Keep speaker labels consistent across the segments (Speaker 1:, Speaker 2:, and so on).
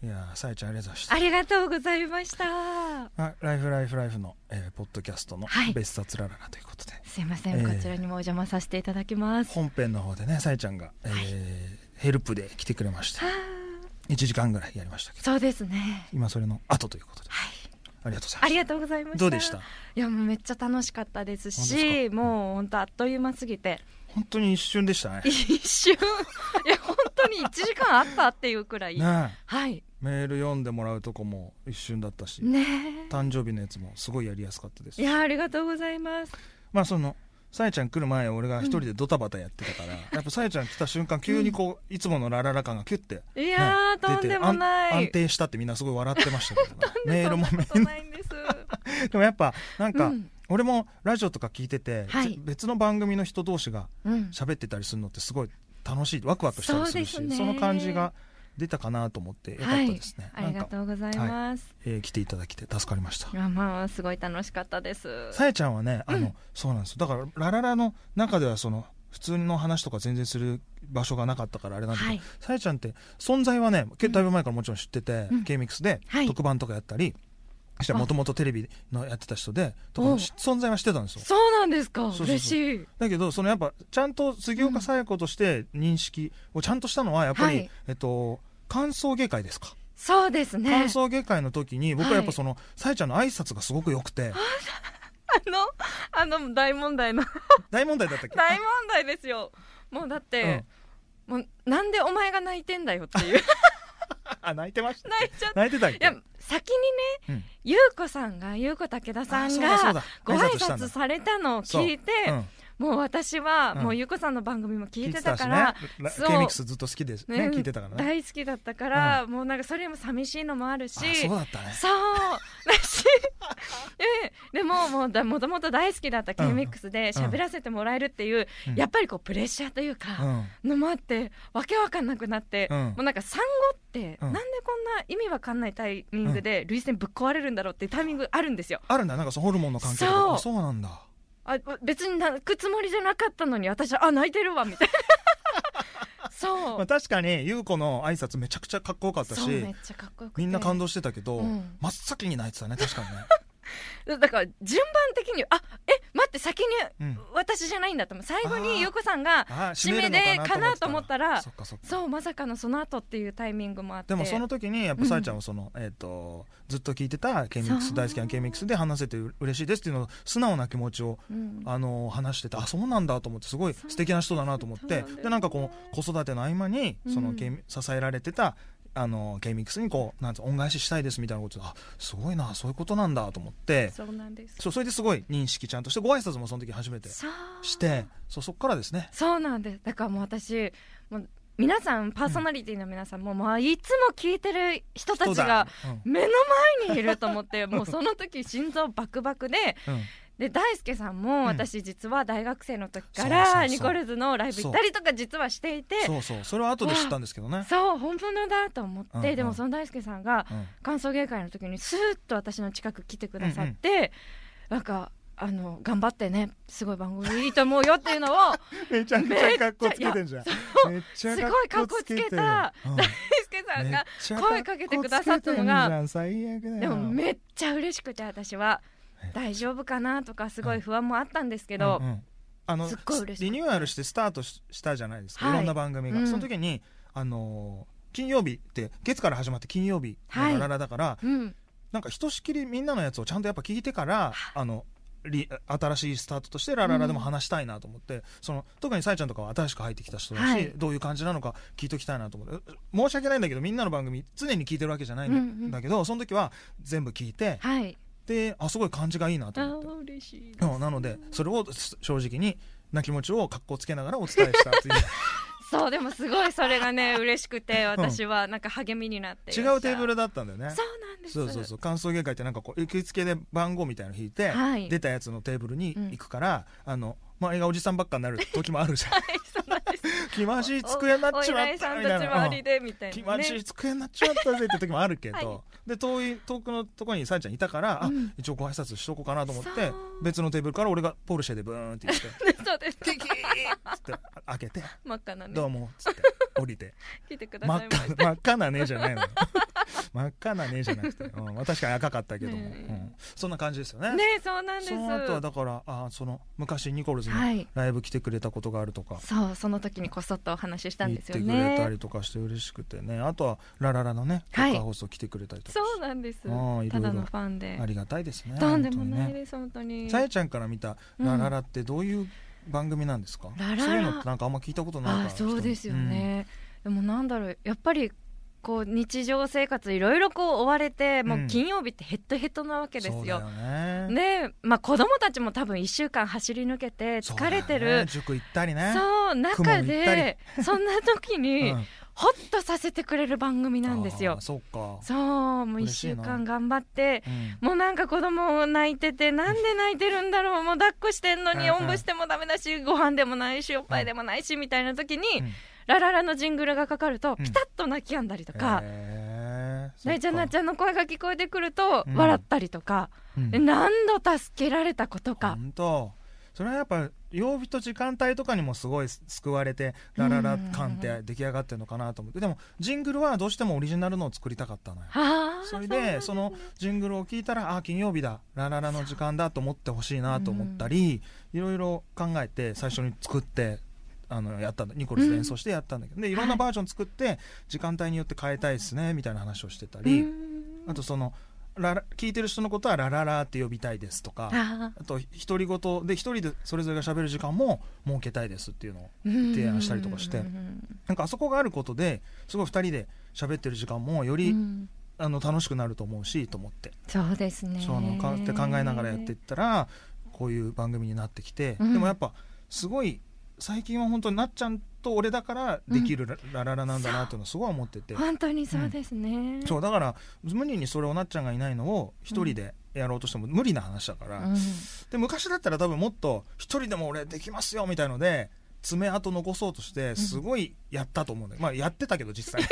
Speaker 1: いやーさえちゃんありがとうございました
Speaker 2: ありがとうございました
Speaker 1: あライフライフライフの、えーポッドキャストの
Speaker 2: はい
Speaker 1: 別冊ラララということで、
Speaker 2: すいません、
Speaker 1: えー
Speaker 2: こちらにもお邪魔させていただきます
Speaker 1: 本編の方でねさえちゃんが、えーヘルプで来てくれまして
Speaker 2: は
Speaker 1: 1時間ぐらいやりましたけ
Speaker 2: あ
Speaker 1: ど
Speaker 2: そうですね
Speaker 1: 今それの後ということで
Speaker 2: はい
Speaker 1: ありがとうございま
Speaker 2: あ
Speaker 1: し
Speaker 2: り
Speaker 1: た
Speaker 2: がとうございました
Speaker 1: どうでした
Speaker 2: いやもうめっちゃ楽しかったです
Speaker 1: 本当です
Speaker 2: しもう本当あっという間す ぎて
Speaker 1: 本当に一瞬でしたね
Speaker 2: 一瞬いや本当に1時間あったっていうくらい、
Speaker 1: ねえ
Speaker 2: はい
Speaker 1: メール読んでもらうとこも一瞬だったし、
Speaker 2: ね
Speaker 1: 誕生日のやつもすごいやりやすかったで
Speaker 2: え
Speaker 1: す
Speaker 2: いやありがとうございます
Speaker 1: まあそのさえちゃん来る前俺が一人でドタバタやってたから、やっぱさえちゃん来た瞬間急にこう、いつものラララ感がキュッて
Speaker 2: いやー、
Speaker 1: ね
Speaker 2: とん
Speaker 1: 出て
Speaker 2: でもな
Speaker 1: 安
Speaker 2: い
Speaker 1: 安定したってみんなすごい笑ってましたけど、メールも
Speaker 2: そんな ことないんです
Speaker 1: でもやっぱなんか、
Speaker 2: うん
Speaker 1: 俺もラジオとか聞いてて、
Speaker 2: はい
Speaker 1: ぜ別の番組の人同士が
Speaker 2: うん
Speaker 1: 喋ってたりするのってすごい楽しいワクワクしたりするし
Speaker 2: そ
Speaker 1: そう
Speaker 2: ですね
Speaker 1: の感じが出たかなと思ってよかったですね、
Speaker 2: はい、あり
Speaker 1: な
Speaker 2: が
Speaker 1: んか、
Speaker 2: とうございます、
Speaker 1: えー来ていただきて助かりました
Speaker 2: いやまあすごい楽しかったです
Speaker 1: さえちゃんはねあの、そうなんですよだからラララの中ではその普通の話とか全然する場所がなかったからあれなんだけど、
Speaker 2: はい
Speaker 1: さえちゃんって存在はねけだいぶ前からもちろん知ってて、
Speaker 2: うん
Speaker 1: ケイミックスで
Speaker 2: はい
Speaker 1: 特番とかやったりして
Speaker 2: あ
Speaker 1: もともとテレビのやってた人でとか
Speaker 2: おう
Speaker 1: し存在はしてたんですよ
Speaker 2: そうなんです
Speaker 1: そ
Speaker 2: か
Speaker 1: うそうそう
Speaker 2: 嬉しい
Speaker 1: だけどそのやっぱちゃんと杉岡紗友子として認識をちゃんとしたのはやっぱり、
Speaker 2: はい
Speaker 1: えっと歓送迎会ですか
Speaker 2: そうですね
Speaker 1: 歓送迎会の時に僕はやっぱそのさえ、ちゃんの挨拶がすごく良くて
Speaker 2: あのあ の大問題の
Speaker 1: 大問題だった っけ
Speaker 2: 大問題ですよもうだって、もうなんでお前が泣いてんだよっていう
Speaker 1: あ泣いてました
Speaker 2: 泣いちゃったい
Speaker 1: 泣いてたっけ
Speaker 2: や先にね、
Speaker 1: うん
Speaker 2: ゆうこさんがゆうこ武田さ
Speaker 1: あ
Speaker 2: ん
Speaker 1: そうだそうだ
Speaker 2: がご挨
Speaker 1: したんだ
Speaker 2: 拶されたのを聞いて、
Speaker 1: そううん
Speaker 2: もう私は、
Speaker 1: うん
Speaker 2: もうゆうこさんの番組も聞いてた
Speaker 1: し
Speaker 2: か
Speaker 1: ね
Speaker 2: ら、
Speaker 1: ラ
Speaker 2: そう
Speaker 1: K ミックスずっと好きですね
Speaker 2: ね
Speaker 1: 聞いてたからね
Speaker 2: 大好きだったから、もうなんかそれも寂しいのもあるし
Speaker 1: あそうだったね
Speaker 2: そうだしえでももうだもともと大好きだった k ックスで
Speaker 1: うん
Speaker 2: 喋らせてもらえるっていう、
Speaker 1: うん
Speaker 2: やっぱりこうプレッシャーという
Speaker 1: う
Speaker 2: か、
Speaker 1: ん
Speaker 2: のもあってわけわかんなくなって、
Speaker 1: うん
Speaker 2: もうなんか産後って、
Speaker 1: うん
Speaker 2: なんでこんな意味わかんないタイミングで涙腺ぶっ壊れるんだろうっていうタイミングあるんですよ
Speaker 1: あるんだなんかそのホルモンの関係とか
Speaker 2: そう
Speaker 1: あそうなんだ
Speaker 2: あ別に泣くつもりじゃなかったのに私はあ泣いてるわみたい なそう、
Speaker 1: まあ確かに優子の挨拶めちゃくちゃかっこよかった
Speaker 2: そうめ
Speaker 1: し
Speaker 2: っちゃかっこよくて
Speaker 1: みんな感動してたけど
Speaker 2: うん
Speaker 1: 真っ先に泣いてたね確かにね
Speaker 2: だから順番的にあえ待って先に
Speaker 1: うん
Speaker 2: 私じゃないんだと思う最後
Speaker 1: あー
Speaker 2: に優子さんが
Speaker 1: あ
Speaker 2: 締め
Speaker 1: るの
Speaker 2: でかなと思ったら
Speaker 1: そっかそっか
Speaker 2: そうまさかのその後っていうタイミングもあって
Speaker 1: でもその時にやっぱ
Speaker 2: うん
Speaker 1: さえちゃんはその、えっ、とずっと聞いてた K ミック
Speaker 2: そ
Speaker 1: ス
Speaker 2: う
Speaker 1: 大好きな K ミックスで話せてう嬉しいですっていうのを素直な気持ちを
Speaker 2: うん
Speaker 1: あの話しててあそうなんだと思ってすごい素敵な人だなと思っ
Speaker 2: そうな
Speaker 1: て
Speaker 2: んだよね
Speaker 1: でなんかこう子育ての合間に
Speaker 2: うん
Speaker 1: その、K- 支えられてたあの K ミックスにこうなんつう恩返ししたいですみたいなことであすごいなそういうことなんだと思って
Speaker 2: そうなんです
Speaker 1: そうそれですごい認識ちゃんとしてご挨拶もその時初めて
Speaker 2: そう
Speaker 1: してそうそっからですね
Speaker 2: そうなんですだからもう私もう皆さんパーソナリティの皆さんも、まあ、いつも聞いてる人たちが
Speaker 1: 人だ
Speaker 2: 目の前にいると思って もうその時心臓バクバクで
Speaker 1: うんうん
Speaker 2: で大輔さんも
Speaker 1: ん
Speaker 2: 私実は大学生の時か
Speaker 1: そうそうそ
Speaker 2: ら
Speaker 1: う
Speaker 2: ニコルズのライブ行ったりとか実はしていて
Speaker 1: そうそうそれは後で知ったんですけどね、
Speaker 2: そう本物だと思って、
Speaker 1: うんうん
Speaker 2: でもその大輔さんが
Speaker 1: うん
Speaker 2: 歓送迎会の時にスーッと私の近く来てくださって、なんかあの頑張ってねすごい番組いいと思うよっていうのを
Speaker 1: めちゃくちゃ格好つけてんじゃん。めっち
Speaker 2: すごい格好つけた
Speaker 1: うん
Speaker 2: 大輔さんが、声かけてくださった
Speaker 1: め
Speaker 2: のが
Speaker 1: ちゃ格好つけてんじゃん最悪だよ。
Speaker 2: でもめっちゃ嬉しくて私は
Speaker 1: え
Speaker 2: 大丈夫かなとかすごい不安もあったんですけ
Speaker 1: け
Speaker 2: ど、
Speaker 1: あの
Speaker 2: すっごい嬉しかった
Speaker 1: リニューアルしてスタートししたじゃないですか。、
Speaker 2: はいい
Speaker 1: ろんな番組が、
Speaker 2: うん
Speaker 1: その時にあのー金曜日って月から始まって金曜日
Speaker 2: は
Speaker 1: の
Speaker 2: い
Speaker 1: ラララだから、
Speaker 2: うん
Speaker 1: なんかひとしきりみんなのやつをちゃんとやっぱ聞いてからあの。リ新しいスタートとしてラララでも話したいなと思って、その特にさえちゃんとかは新しく入ってきた人だし、
Speaker 2: はい
Speaker 1: どういう感じなのか聞いておきたいなと思って申し訳ないんだけどみんなの番組常に聞いてるわけじゃない
Speaker 2: うんうん
Speaker 1: んだけど、その時は全部聞いて
Speaker 2: はい
Speaker 1: であすごい感じがいいな
Speaker 2: あ
Speaker 1: と思って
Speaker 2: ー嬉しいです
Speaker 1: うんなのでそれを正直にな気持ちを格好つけながらお伝えしたっていう
Speaker 2: そうでもすごいそれ がね嬉しくて私はなんか励みになっていらっしゃ
Speaker 1: 違うテーブルだったんだよね
Speaker 2: そうなんです
Speaker 1: そうそうそう歓送迎会ってなんかこう受付で番号みたいなの引いて、
Speaker 2: はい
Speaker 1: 出たやつのテーブルに行くから、あの前がおじさんばっかになる時もあるじゃん
Speaker 2: はいそうな んです
Speaker 1: 気まじい机になっちま
Speaker 2: おお偉
Speaker 1: っ
Speaker 2: いさ
Speaker 1: た
Speaker 2: ん
Speaker 1: み
Speaker 2: た
Speaker 1: た
Speaker 2: ち
Speaker 1: いな、
Speaker 2: 周
Speaker 1: う
Speaker 2: り
Speaker 1: ん
Speaker 2: でみたいな、ね、
Speaker 1: 気まじい机になっちまったぜって時もあるけど、
Speaker 2: はい
Speaker 1: で遠い遠くのところにさえちゃんいたから、
Speaker 2: う
Speaker 1: あ
Speaker 2: ん
Speaker 1: 一応ご挨拶しとこうかなと思って
Speaker 2: そう
Speaker 1: 別のテーブルから俺がポルシェでブーンって言って
Speaker 2: そうです
Speaker 1: キキーっつって開けて
Speaker 2: 真っ赤
Speaker 1: 「
Speaker 2: なね
Speaker 1: どうも」っつって降りて
Speaker 2: 来てく だ
Speaker 1: 真
Speaker 2: さ
Speaker 1: っ
Speaker 2: いまし
Speaker 1: 赤な真っ赤なねじゃないの真っ赤なねじゃなくて、うんまあ確かに赤かったけども、
Speaker 2: ねえ
Speaker 1: うんそんな感じですよね
Speaker 2: ねそうなんです
Speaker 1: その後はだからあーその昔ニコルズの
Speaker 2: はい
Speaker 1: ライブ来てくれたことがあるとか、
Speaker 2: そうその時にこそっとお話ししたん
Speaker 1: 言っ
Speaker 2: ですよ
Speaker 1: てくれた
Speaker 2: ね
Speaker 1: りとかして嬉しくてねあとは「ラララ」のね国
Speaker 2: はい
Speaker 1: 家放送来てくれたりとか、
Speaker 2: そうなんです
Speaker 1: あーいろいろ
Speaker 2: ただのファンで
Speaker 1: ありがたいですね
Speaker 2: とんでもない
Speaker 1: 本
Speaker 2: です本当
Speaker 1: 当
Speaker 2: に
Speaker 1: にねさやちゃんから見た「
Speaker 2: うん
Speaker 1: ラララ」ってどういう番組なんですか、
Speaker 2: ラララ
Speaker 1: そういうのってなんかあんま聞いたことないから
Speaker 2: あそうですよ、ね、でもなんだろうやっぱりこう日常生活いろいろこう追われてもううん金曜日ってヘッドヘッドなわけ
Speaker 1: 人
Speaker 2: で
Speaker 1: そう
Speaker 2: す
Speaker 1: だ
Speaker 2: よ。
Speaker 1: よね
Speaker 2: ねまあ、子供たちも多分1週間走り抜けて
Speaker 1: そうだよ
Speaker 2: 疲
Speaker 1: ね
Speaker 2: れてる
Speaker 1: 塾行ったり
Speaker 2: そう,、
Speaker 1: ね
Speaker 2: 中
Speaker 1: 雲行った
Speaker 2: でそんな時に
Speaker 1: うん
Speaker 2: ホッとさせてくれる番組なんです
Speaker 1: あ
Speaker 2: よ
Speaker 1: ー。そうか
Speaker 2: そうもう1
Speaker 1: 嬉しい
Speaker 2: 週
Speaker 1: な
Speaker 2: 間頑張って
Speaker 1: うん
Speaker 2: もうなんか子供泣いててなんで泣いてるん だろうもう抱っこしてんのに
Speaker 1: うんうん
Speaker 2: おんぶしてもダメだしご飯でもないしおっぱいでもないしみたいな時に
Speaker 1: うん
Speaker 2: 「ラララ」のジングルがかかると
Speaker 1: うん
Speaker 2: ピタッと泣き止んだりとか。
Speaker 1: へー
Speaker 2: ね、じゃなちゃんの声が聞こえてくると
Speaker 1: うん
Speaker 2: 笑ったりとか、
Speaker 1: そっうん
Speaker 2: で何度助けられたことか、
Speaker 1: 本当それはやっぱ曜日と時間帯とかにもすごい救われてラララ感って出来上がってるのかなと思ってでもジングルはどうしてもオリジナルのを作りたかったのよ
Speaker 2: あー
Speaker 1: それ
Speaker 2: うなん
Speaker 1: ですそのジングルを聞いたらあー金曜日だラララの時間だと思ってほしいなと思ったりいろいろ考えて最初に作ってあのやったんだニコルズで演奏してやったんだけどでいろんなバージョン作って時間帯によって変えたいですねみたいな話をしてた
Speaker 2: う
Speaker 1: り
Speaker 2: ん
Speaker 1: あとそのララ聞いてる人のことはラララって呼びたいですとか
Speaker 2: あ
Speaker 1: あと独り言で一人でそれぞれが喋る時間も設けたいですっていうのを
Speaker 2: ー
Speaker 1: 提案したりとかして
Speaker 2: うん
Speaker 1: なんかあそこがあることですごい二人で喋ってる時間もより、
Speaker 2: うん
Speaker 1: あの楽しくなると思うしと思って、
Speaker 2: そうですね
Speaker 1: そうなのかって考えながらやっていったらこういう番組になってきて、
Speaker 2: うん
Speaker 1: でもやっぱすごい最近は本当になっちゃんと俺だからできるラ,、ラララなんだなっていうのをすごい思ってて。
Speaker 2: 本当にそうですね、
Speaker 1: そうだから無理にそれをなっちゃんがいないのを一人でやろうとしても無理な話だから、
Speaker 2: うん
Speaker 1: で昔だったら多分もっと一人でも俺できますよみたいので爪痕残そうとしてすごいやったと思うんだよ、まあやってたけど実 際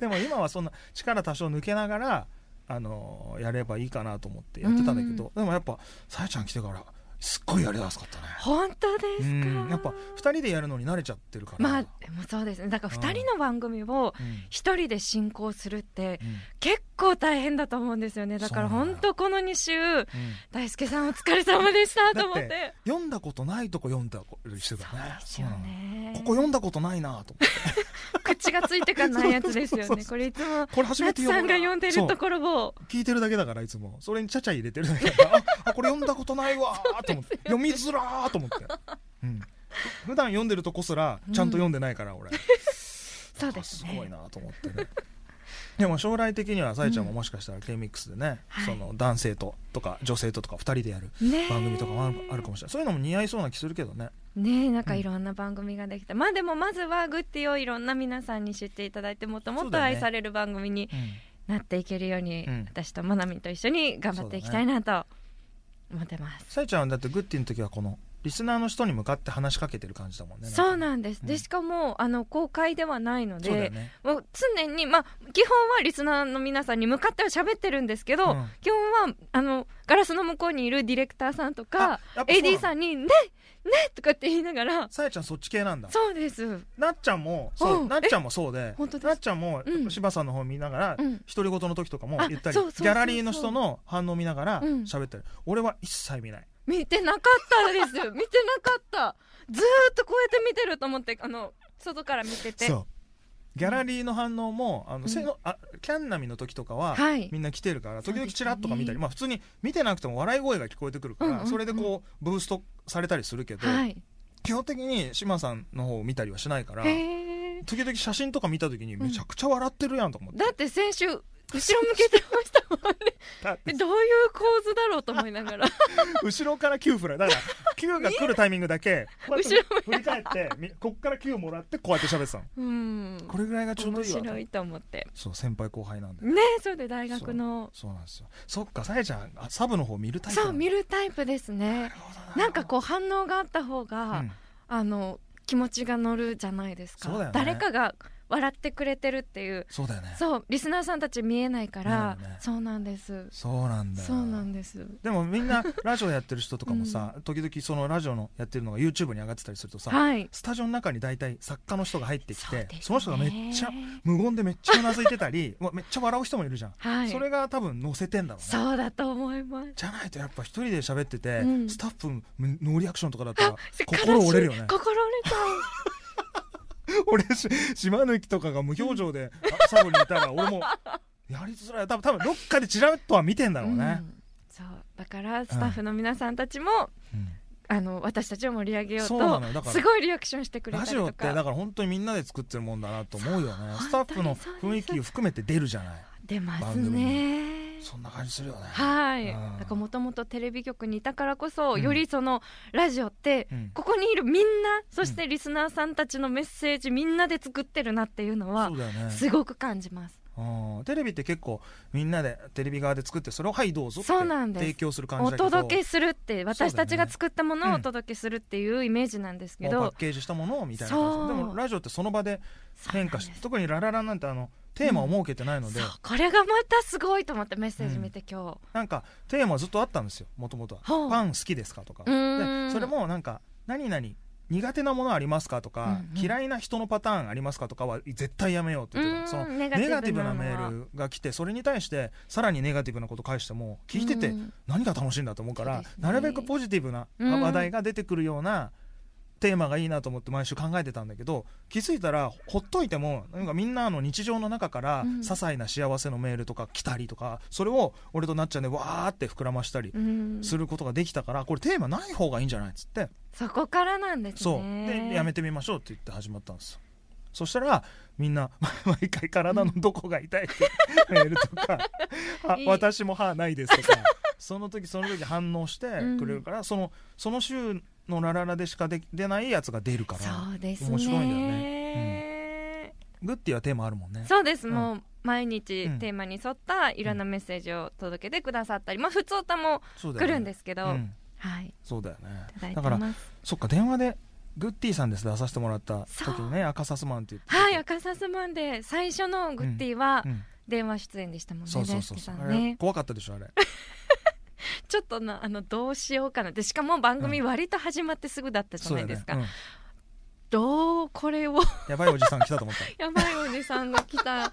Speaker 1: でも今はそんな力多少抜けながら、あのーやればいいかなと思ってやってたんだけど、でもやっぱさやちゃん来てからすっごいやりやすかったね
Speaker 2: 本当ですか、
Speaker 1: うんやっぱ二人でやるのに慣れちゃってるから
Speaker 2: まあでもそうですねだから二人の番組を
Speaker 1: うん
Speaker 2: 一人で進行するって
Speaker 1: うん
Speaker 2: 結構大変だと思うんですよねだから
Speaker 1: そうなんだ
Speaker 2: 本当この2週
Speaker 1: うん
Speaker 2: 大輔さんお疲れ様でしたと思って
Speaker 1: だって読んだことないとこ読んだりしてるからね
Speaker 2: ですよ
Speaker 1: そうなの
Speaker 2: ね
Speaker 1: ここ読んだことないなと思って
Speaker 2: 口がついてかないやつですよ
Speaker 1: そうそう
Speaker 2: ね
Speaker 1: そう
Speaker 2: これいつも
Speaker 1: これ初めて
Speaker 2: 夏
Speaker 1: 読む
Speaker 2: さん
Speaker 1: な
Speaker 2: が読んでる
Speaker 1: そう
Speaker 2: ところを
Speaker 1: 聞いてるだけだからいつもそれにちゃちゃ入れてるだけ だからああこれ読んだことないわーと思って読みづらーと思って、うん、普段読んでるとこすらちゃんと読んでないから俺、
Speaker 2: そうですね
Speaker 1: ごいなと思ってねでも将来的にはさえちゃんももしかしたら k ミックスでね、
Speaker 2: はい
Speaker 1: その男性ととか女性ととか2人でやる
Speaker 2: ねえ
Speaker 1: 番組とかもあるあるかもしれないそういうのも似合いそうな気するけどね
Speaker 2: ねえなんかいろんな番組ができた、まあでもまずはグッティをいろんな皆さんに知っていただいてもっとも
Speaker 1: そう
Speaker 2: っ
Speaker 1: だ
Speaker 2: と
Speaker 1: ね
Speaker 2: 愛される番組に
Speaker 1: うん
Speaker 2: なっていけるように、
Speaker 1: うん
Speaker 2: 私とまなみんと一緒に頑張っていきたいなと思ってます
Speaker 1: さえ、ちゃんはだってグッティの時はこのリスナーの人に向かって話しかけてる感じだもんね
Speaker 2: そ
Speaker 1: な
Speaker 2: う
Speaker 1: んかね
Speaker 2: なんです、
Speaker 1: う
Speaker 2: でしかもあの公開ではないの
Speaker 1: そうだよ
Speaker 2: で、
Speaker 1: ね
Speaker 2: もう常に、まあ、基本はリスナーの皆さんに向かっては喋ってるんですけど、
Speaker 1: うん
Speaker 2: 基本はあのガラスの向こうにいるディレクターさんと
Speaker 1: あ
Speaker 2: か
Speaker 1: やっぱそうな
Speaker 2: AD
Speaker 1: の
Speaker 2: さんに「ねねとかって言いながら
Speaker 1: さえちゃんそっち系なんだ
Speaker 2: そうです
Speaker 1: なっちゃんもそう
Speaker 2: うん
Speaker 1: なっちゃんもそうで
Speaker 2: 本当です
Speaker 1: なっちゃんも
Speaker 2: うん
Speaker 1: 柴さんの方見ながら
Speaker 2: うん
Speaker 1: 独り言の時とかも
Speaker 2: あ
Speaker 1: 言ったりギ
Speaker 2: そうそうそうそう
Speaker 1: ャラリーの人の反応見ながら
Speaker 2: うん
Speaker 1: 喋ったり俺は一切見ない
Speaker 2: 見てなかっ たです見てなかったずーっとこうやって見てると思ってあの外から見てて
Speaker 1: そうギャラリーの反応もあ
Speaker 2: う
Speaker 1: の
Speaker 2: ん
Speaker 1: せのあキャンナミの時とかは
Speaker 2: はい
Speaker 1: みんな来てるから
Speaker 2: そう
Speaker 1: 時
Speaker 2: ですね
Speaker 1: 々チラッとか見たりまあ普通に見てなくても笑い声が聞こえてくるか
Speaker 2: うんうんう
Speaker 1: ら
Speaker 2: ん
Speaker 1: それでこうブーストされたりするけど
Speaker 2: はい
Speaker 1: 基本的に柴さんの方を見たりはしないから
Speaker 2: へえ
Speaker 1: 時々写真とか見た時にめちゃくちゃ笑ってるやんと思って
Speaker 2: だって先週後ろ向けてましたもんね
Speaker 1: だって
Speaker 2: えどういう構図だろうと思いながら
Speaker 1: 後ろから9振られだから9が来 るタイミングだけこうやって
Speaker 2: 後ろ
Speaker 1: 振り返ってみこっから9もらってこうやって喋ってたの
Speaker 2: うん
Speaker 1: これぐらいがちょうど
Speaker 2: 面
Speaker 1: いいわと
Speaker 2: 白いと思って
Speaker 1: そう先輩後輩なんで
Speaker 2: ねそうで大学の
Speaker 1: そうなんですよそっかさやちゃんあサブの方見るタイプ
Speaker 2: そう見
Speaker 1: る
Speaker 2: るタイプですねなんかこう反応があった方が、
Speaker 1: うん
Speaker 2: あの気持ちが乗るじゃないですか、
Speaker 1: そうだよね
Speaker 2: 誰かが笑ってくれてるっていう
Speaker 1: そうだよね
Speaker 2: そうリスナーさんたち見えないから、
Speaker 1: 見えないよね
Speaker 2: そうなんです
Speaker 1: そうなんだよ
Speaker 2: そうなんです
Speaker 1: でもみん なラジオやってる人とかもさ、時々そのラジオのやってるのが YouTube に上がってたりするとさ、
Speaker 2: はい
Speaker 1: スタジオの中に大体作家の人が入ってき
Speaker 2: そう
Speaker 1: て
Speaker 2: ですね
Speaker 1: の人がめっちゃ無言でめっちゃうなずいてたり うわめっちゃ笑う人もいるじゃん、
Speaker 2: はい
Speaker 1: それが多分載せてんだろうね
Speaker 2: そうだと思います
Speaker 1: じゃないとやっぱ一人で喋ってて、
Speaker 2: うん
Speaker 1: スタッフむノーリアクションとかだったら
Speaker 2: 悲
Speaker 1: 心
Speaker 2: しい
Speaker 1: 折れるよね
Speaker 2: 心折れちゃう
Speaker 1: 俺し島抜きとかが無表情であサブにいたら俺もやりづらい多分多分どっかでちらっとは見てんだろうね
Speaker 2: う、んそうだからスタッフの皆さんたちも、
Speaker 1: うん
Speaker 2: あの私たちを盛り上げよう
Speaker 1: そうな
Speaker 2: と
Speaker 1: のよだから
Speaker 2: すごいリアクションしてくれた
Speaker 1: ラ
Speaker 2: り
Speaker 1: ジ
Speaker 2: と
Speaker 1: オ
Speaker 2: か
Speaker 1: ってだから本当にみんなで作ってるもんだなと思うよね
Speaker 2: そう
Speaker 1: スタッフの雰囲気を含めて出るじゃない
Speaker 2: 出ます
Speaker 1: 番組
Speaker 2: ね
Speaker 1: そんな感じするよね
Speaker 2: はい
Speaker 1: うん
Speaker 2: だからもともとテレビ局にいたからこそ、
Speaker 1: うん
Speaker 2: よりそのラジオって、
Speaker 1: うん
Speaker 2: ここにいるみんなそしてリスナーさんたちのメッセージみんなで作ってるなっていうのは
Speaker 1: そうだよね
Speaker 2: すごく感じます
Speaker 1: うんテレビって結構みんなでテレビ側で作ってそれをはいどうぞって
Speaker 2: そうなんです
Speaker 1: 提供する感
Speaker 2: お
Speaker 1: じだけど
Speaker 2: 届けするって私たちが作ったもの
Speaker 1: うん
Speaker 2: をお届けするっていうイメージなんですけ
Speaker 1: もうパッ
Speaker 2: ど、
Speaker 1: ケージしたものをみたいな感じ
Speaker 2: そう
Speaker 1: でもラジオってその場で
Speaker 2: そうなん
Speaker 1: 変
Speaker 2: で
Speaker 1: 化
Speaker 2: す
Speaker 1: して特に「ラララ」なんてあのテーマを設けてないので、
Speaker 2: そうこれがまたすごいと思ってメッセージ見て今
Speaker 1: なんかテーマずっとあったんですよもともとは
Speaker 2: ほう
Speaker 1: パン好きですか?」とか
Speaker 2: うーん
Speaker 1: でそれもなんか「何々苦手なものありますか?」とか、
Speaker 2: うんうん
Speaker 1: 嫌いな人のパターンありますか?」とかは絶対やめようって
Speaker 2: 日、
Speaker 1: 言っ
Speaker 2: う
Speaker 1: てたのその
Speaker 2: ーんネ
Speaker 1: ネガティブな
Speaker 2: の
Speaker 1: メ
Speaker 2: は
Speaker 1: ールが来てそれに対してさらにネガティブなこと返しても聞いて
Speaker 2: う
Speaker 1: て
Speaker 2: ん
Speaker 1: 何が楽しいんだと思うから、
Speaker 2: そうですね
Speaker 1: なるべくポジティブな
Speaker 2: うん
Speaker 1: 話題が出てくるようなテーマがいいなと思って毎週考えてたんだけど気づいたらほっといてもなんかみんなの日常の中から
Speaker 2: うん
Speaker 1: 些細な幸せのメールとか来たりとかそれを俺となっちゃんでわーって膨らましたり
Speaker 2: うん
Speaker 1: することができたからこれテーマない方がいいんじゃないっつって
Speaker 2: そこからなんですね
Speaker 1: そうでやめてみましょうって言って始まったんですよそしたらみんな 毎回体のどこが痛いってメールと か「あ
Speaker 2: いい
Speaker 1: 私も歯ないです」と かその時その時反応してくれるから、そのその週の「ラララ」でしかで出ないやつが出るから
Speaker 2: そうですね
Speaker 1: 面白いんだよグッティはテーマあるもんね
Speaker 2: そうです、
Speaker 1: うん
Speaker 2: もう毎日
Speaker 1: うん
Speaker 2: テーマに沿ったいろんなメッセージを届けてくださったり、まあ普通歌も
Speaker 1: そうだ
Speaker 2: 来
Speaker 1: よね
Speaker 2: るんですけ
Speaker 1: う
Speaker 2: ど、
Speaker 1: ん
Speaker 2: はい
Speaker 1: そうだよ
Speaker 2: いただ
Speaker 1: ね
Speaker 2: い
Speaker 1: だ
Speaker 2: て
Speaker 1: から
Speaker 2: ます
Speaker 1: そっか電話で「グッティさんです」出させてもらった時にね赤サスマンって言って
Speaker 2: はい赤サスマンで最初のグッディは
Speaker 1: うん
Speaker 2: 電話出演でしたもんね、
Speaker 1: そうそ
Speaker 2: 大
Speaker 1: うそ
Speaker 2: 輔
Speaker 1: う
Speaker 2: さ
Speaker 1: そうんあれ
Speaker 2: ね
Speaker 1: 怖かったでしょあれ
Speaker 2: ちょっとなあのどうしようかなってしかも番組割と始まってすぐだったじゃ
Speaker 1: そう
Speaker 2: な
Speaker 1: だ
Speaker 2: い
Speaker 1: よ
Speaker 2: です
Speaker 1: ね
Speaker 2: か、
Speaker 1: うん
Speaker 2: どうこれを
Speaker 1: やばいおじさん来たと思った
Speaker 2: やばいおじさんが 来た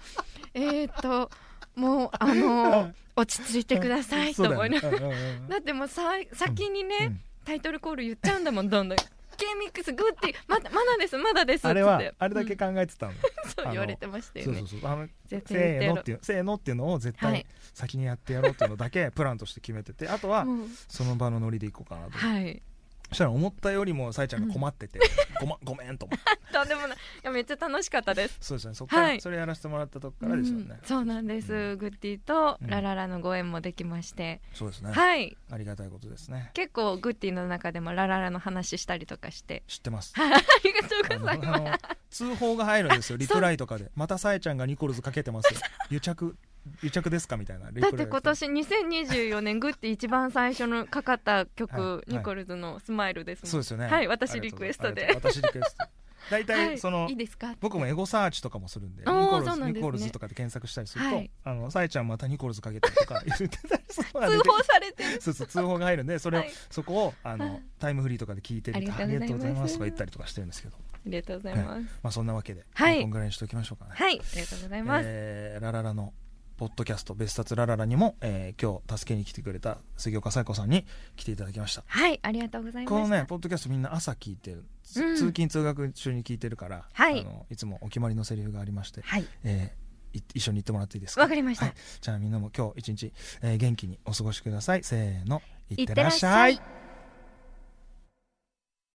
Speaker 2: えーっともうあの落ち着いてくださいと思いながら
Speaker 1: そうだよねうんうんうん
Speaker 2: だってもうさい先にね、
Speaker 1: うん
Speaker 2: タイトルコール言っちゃうんだもんどんどん K-MIX グッてまだまだですまだです
Speaker 1: あれ
Speaker 2: っ
Speaker 1: は
Speaker 2: つって
Speaker 1: あれだけ考えてたの
Speaker 2: うんそ
Speaker 1: あ
Speaker 2: う
Speaker 1: の
Speaker 2: 言われてましたよ
Speaker 1: そう
Speaker 2: ね
Speaker 1: そうそうあの
Speaker 2: 絶
Speaker 1: せ
Speaker 2: 対言って
Speaker 1: ー
Speaker 2: や
Speaker 1: の
Speaker 2: ろ
Speaker 1: っていうせーのっていうのを絶
Speaker 2: は
Speaker 1: 対
Speaker 2: い
Speaker 1: 先にやってやろうっていうのだけプランとして決めててあとは
Speaker 2: うもう
Speaker 1: その場のノリでいこうかなと
Speaker 2: はい
Speaker 1: そしたら思ったよりもさえちゃんが困っててごまごめんと思って
Speaker 2: とんでもないいやめっちゃ楽しかったです
Speaker 1: そうですねそっか
Speaker 2: は
Speaker 1: ら
Speaker 2: い
Speaker 1: それやらせてもらったとこからですよ
Speaker 2: う
Speaker 1: ね
Speaker 2: んそうなんです、
Speaker 1: う
Speaker 2: グッディと
Speaker 1: うん
Speaker 2: ラララのご縁もできまして、
Speaker 1: そうですね
Speaker 2: はい
Speaker 1: ありがたいことですね
Speaker 2: 結構グッディの中でもラララの話したりとかして
Speaker 1: 知ってます
Speaker 2: はいありがとう
Speaker 1: あ
Speaker 2: ご
Speaker 1: の
Speaker 2: ざ
Speaker 1: あ
Speaker 2: います
Speaker 1: の通報が入るんですよリプライとかでまたさえちゃんがニコルズかけてますよ癒着癒着ですかみたいなリプ
Speaker 2: だ
Speaker 1: ラ
Speaker 2: っ
Speaker 1: イが
Speaker 2: て今年2024年グッて一番最初のかかった曲、
Speaker 1: はい
Speaker 2: ニコルズの「スマイルですもん
Speaker 1: そうですよね。
Speaker 2: はい私リクエストで
Speaker 1: ありがとうございます私リクエ スト。大
Speaker 2: は
Speaker 1: 体
Speaker 2: い
Speaker 1: その、
Speaker 2: いいですか
Speaker 1: 僕もエゴサーチとかもするんで、ニ
Speaker 2: おー
Speaker 1: コル
Speaker 2: そ
Speaker 1: ズ、
Speaker 2: うなんですね
Speaker 1: ニコルズとかで検索したりすると、
Speaker 2: はい
Speaker 1: あのさえちゃんまたニコルズかけてるとか言ってたりするのが
Speaker 2: 通
Speaker 1: 出て
Speaker 2: 報されてる
Speaker 1: そうそう通報が入るんで、それを、
Speaker 2: はい
Speaker 1: そこをあの、
Speaker 2: はい
Speaker 1: タイムフリーとかで聞いてると
Speaker 2: ありがとうございます
Speaker 1: とか言ったりとかしてるんですけど、
Speaker 2: ありがとうございます
Speaker 1: まあそんなわけで、
Speaker 2: はい
Speaker 1: こんぐらいにしておきましょうかね。
Speaker 2: はいありがとうございます、
Speaker 1: えーラララのポッドキャスト別冊ラララにも、えー今日助けに来てくれた杉岡紗友子さんに来ていただきました。
Speaker 2: はいありがとうございま
Speaker 1: こ
Speaker 2: す
Speaker 1: のねポッドキャストみんな朝聞いてる、つ
Speaker 2: うん
Speaker 1: 通勤通学中に聞いてるから、
Speaker 2: はい
Speaker 1: あのいつもお決まりのセリフがありまして、
Speaker 2: はい
Speaker 1: えーい一緒に行ってもらっていいですか
Speaker 2: わかりました
Speaker 1: はいじゃあみんなも今日一日、えー元気にお過ごしくださいせーのい
Speaker 2: い
Speaker 1: っ
Speaker 2: ってて
Speaker 1: ら
Speaker 2: ら
Speaker 1: っ
Speaker 2: っ
Speaker 1: し
Speaker 2: し
Speaker 1: ゃ
Speaker 2: ゃ
Speaker 1: い
Speaker 2: い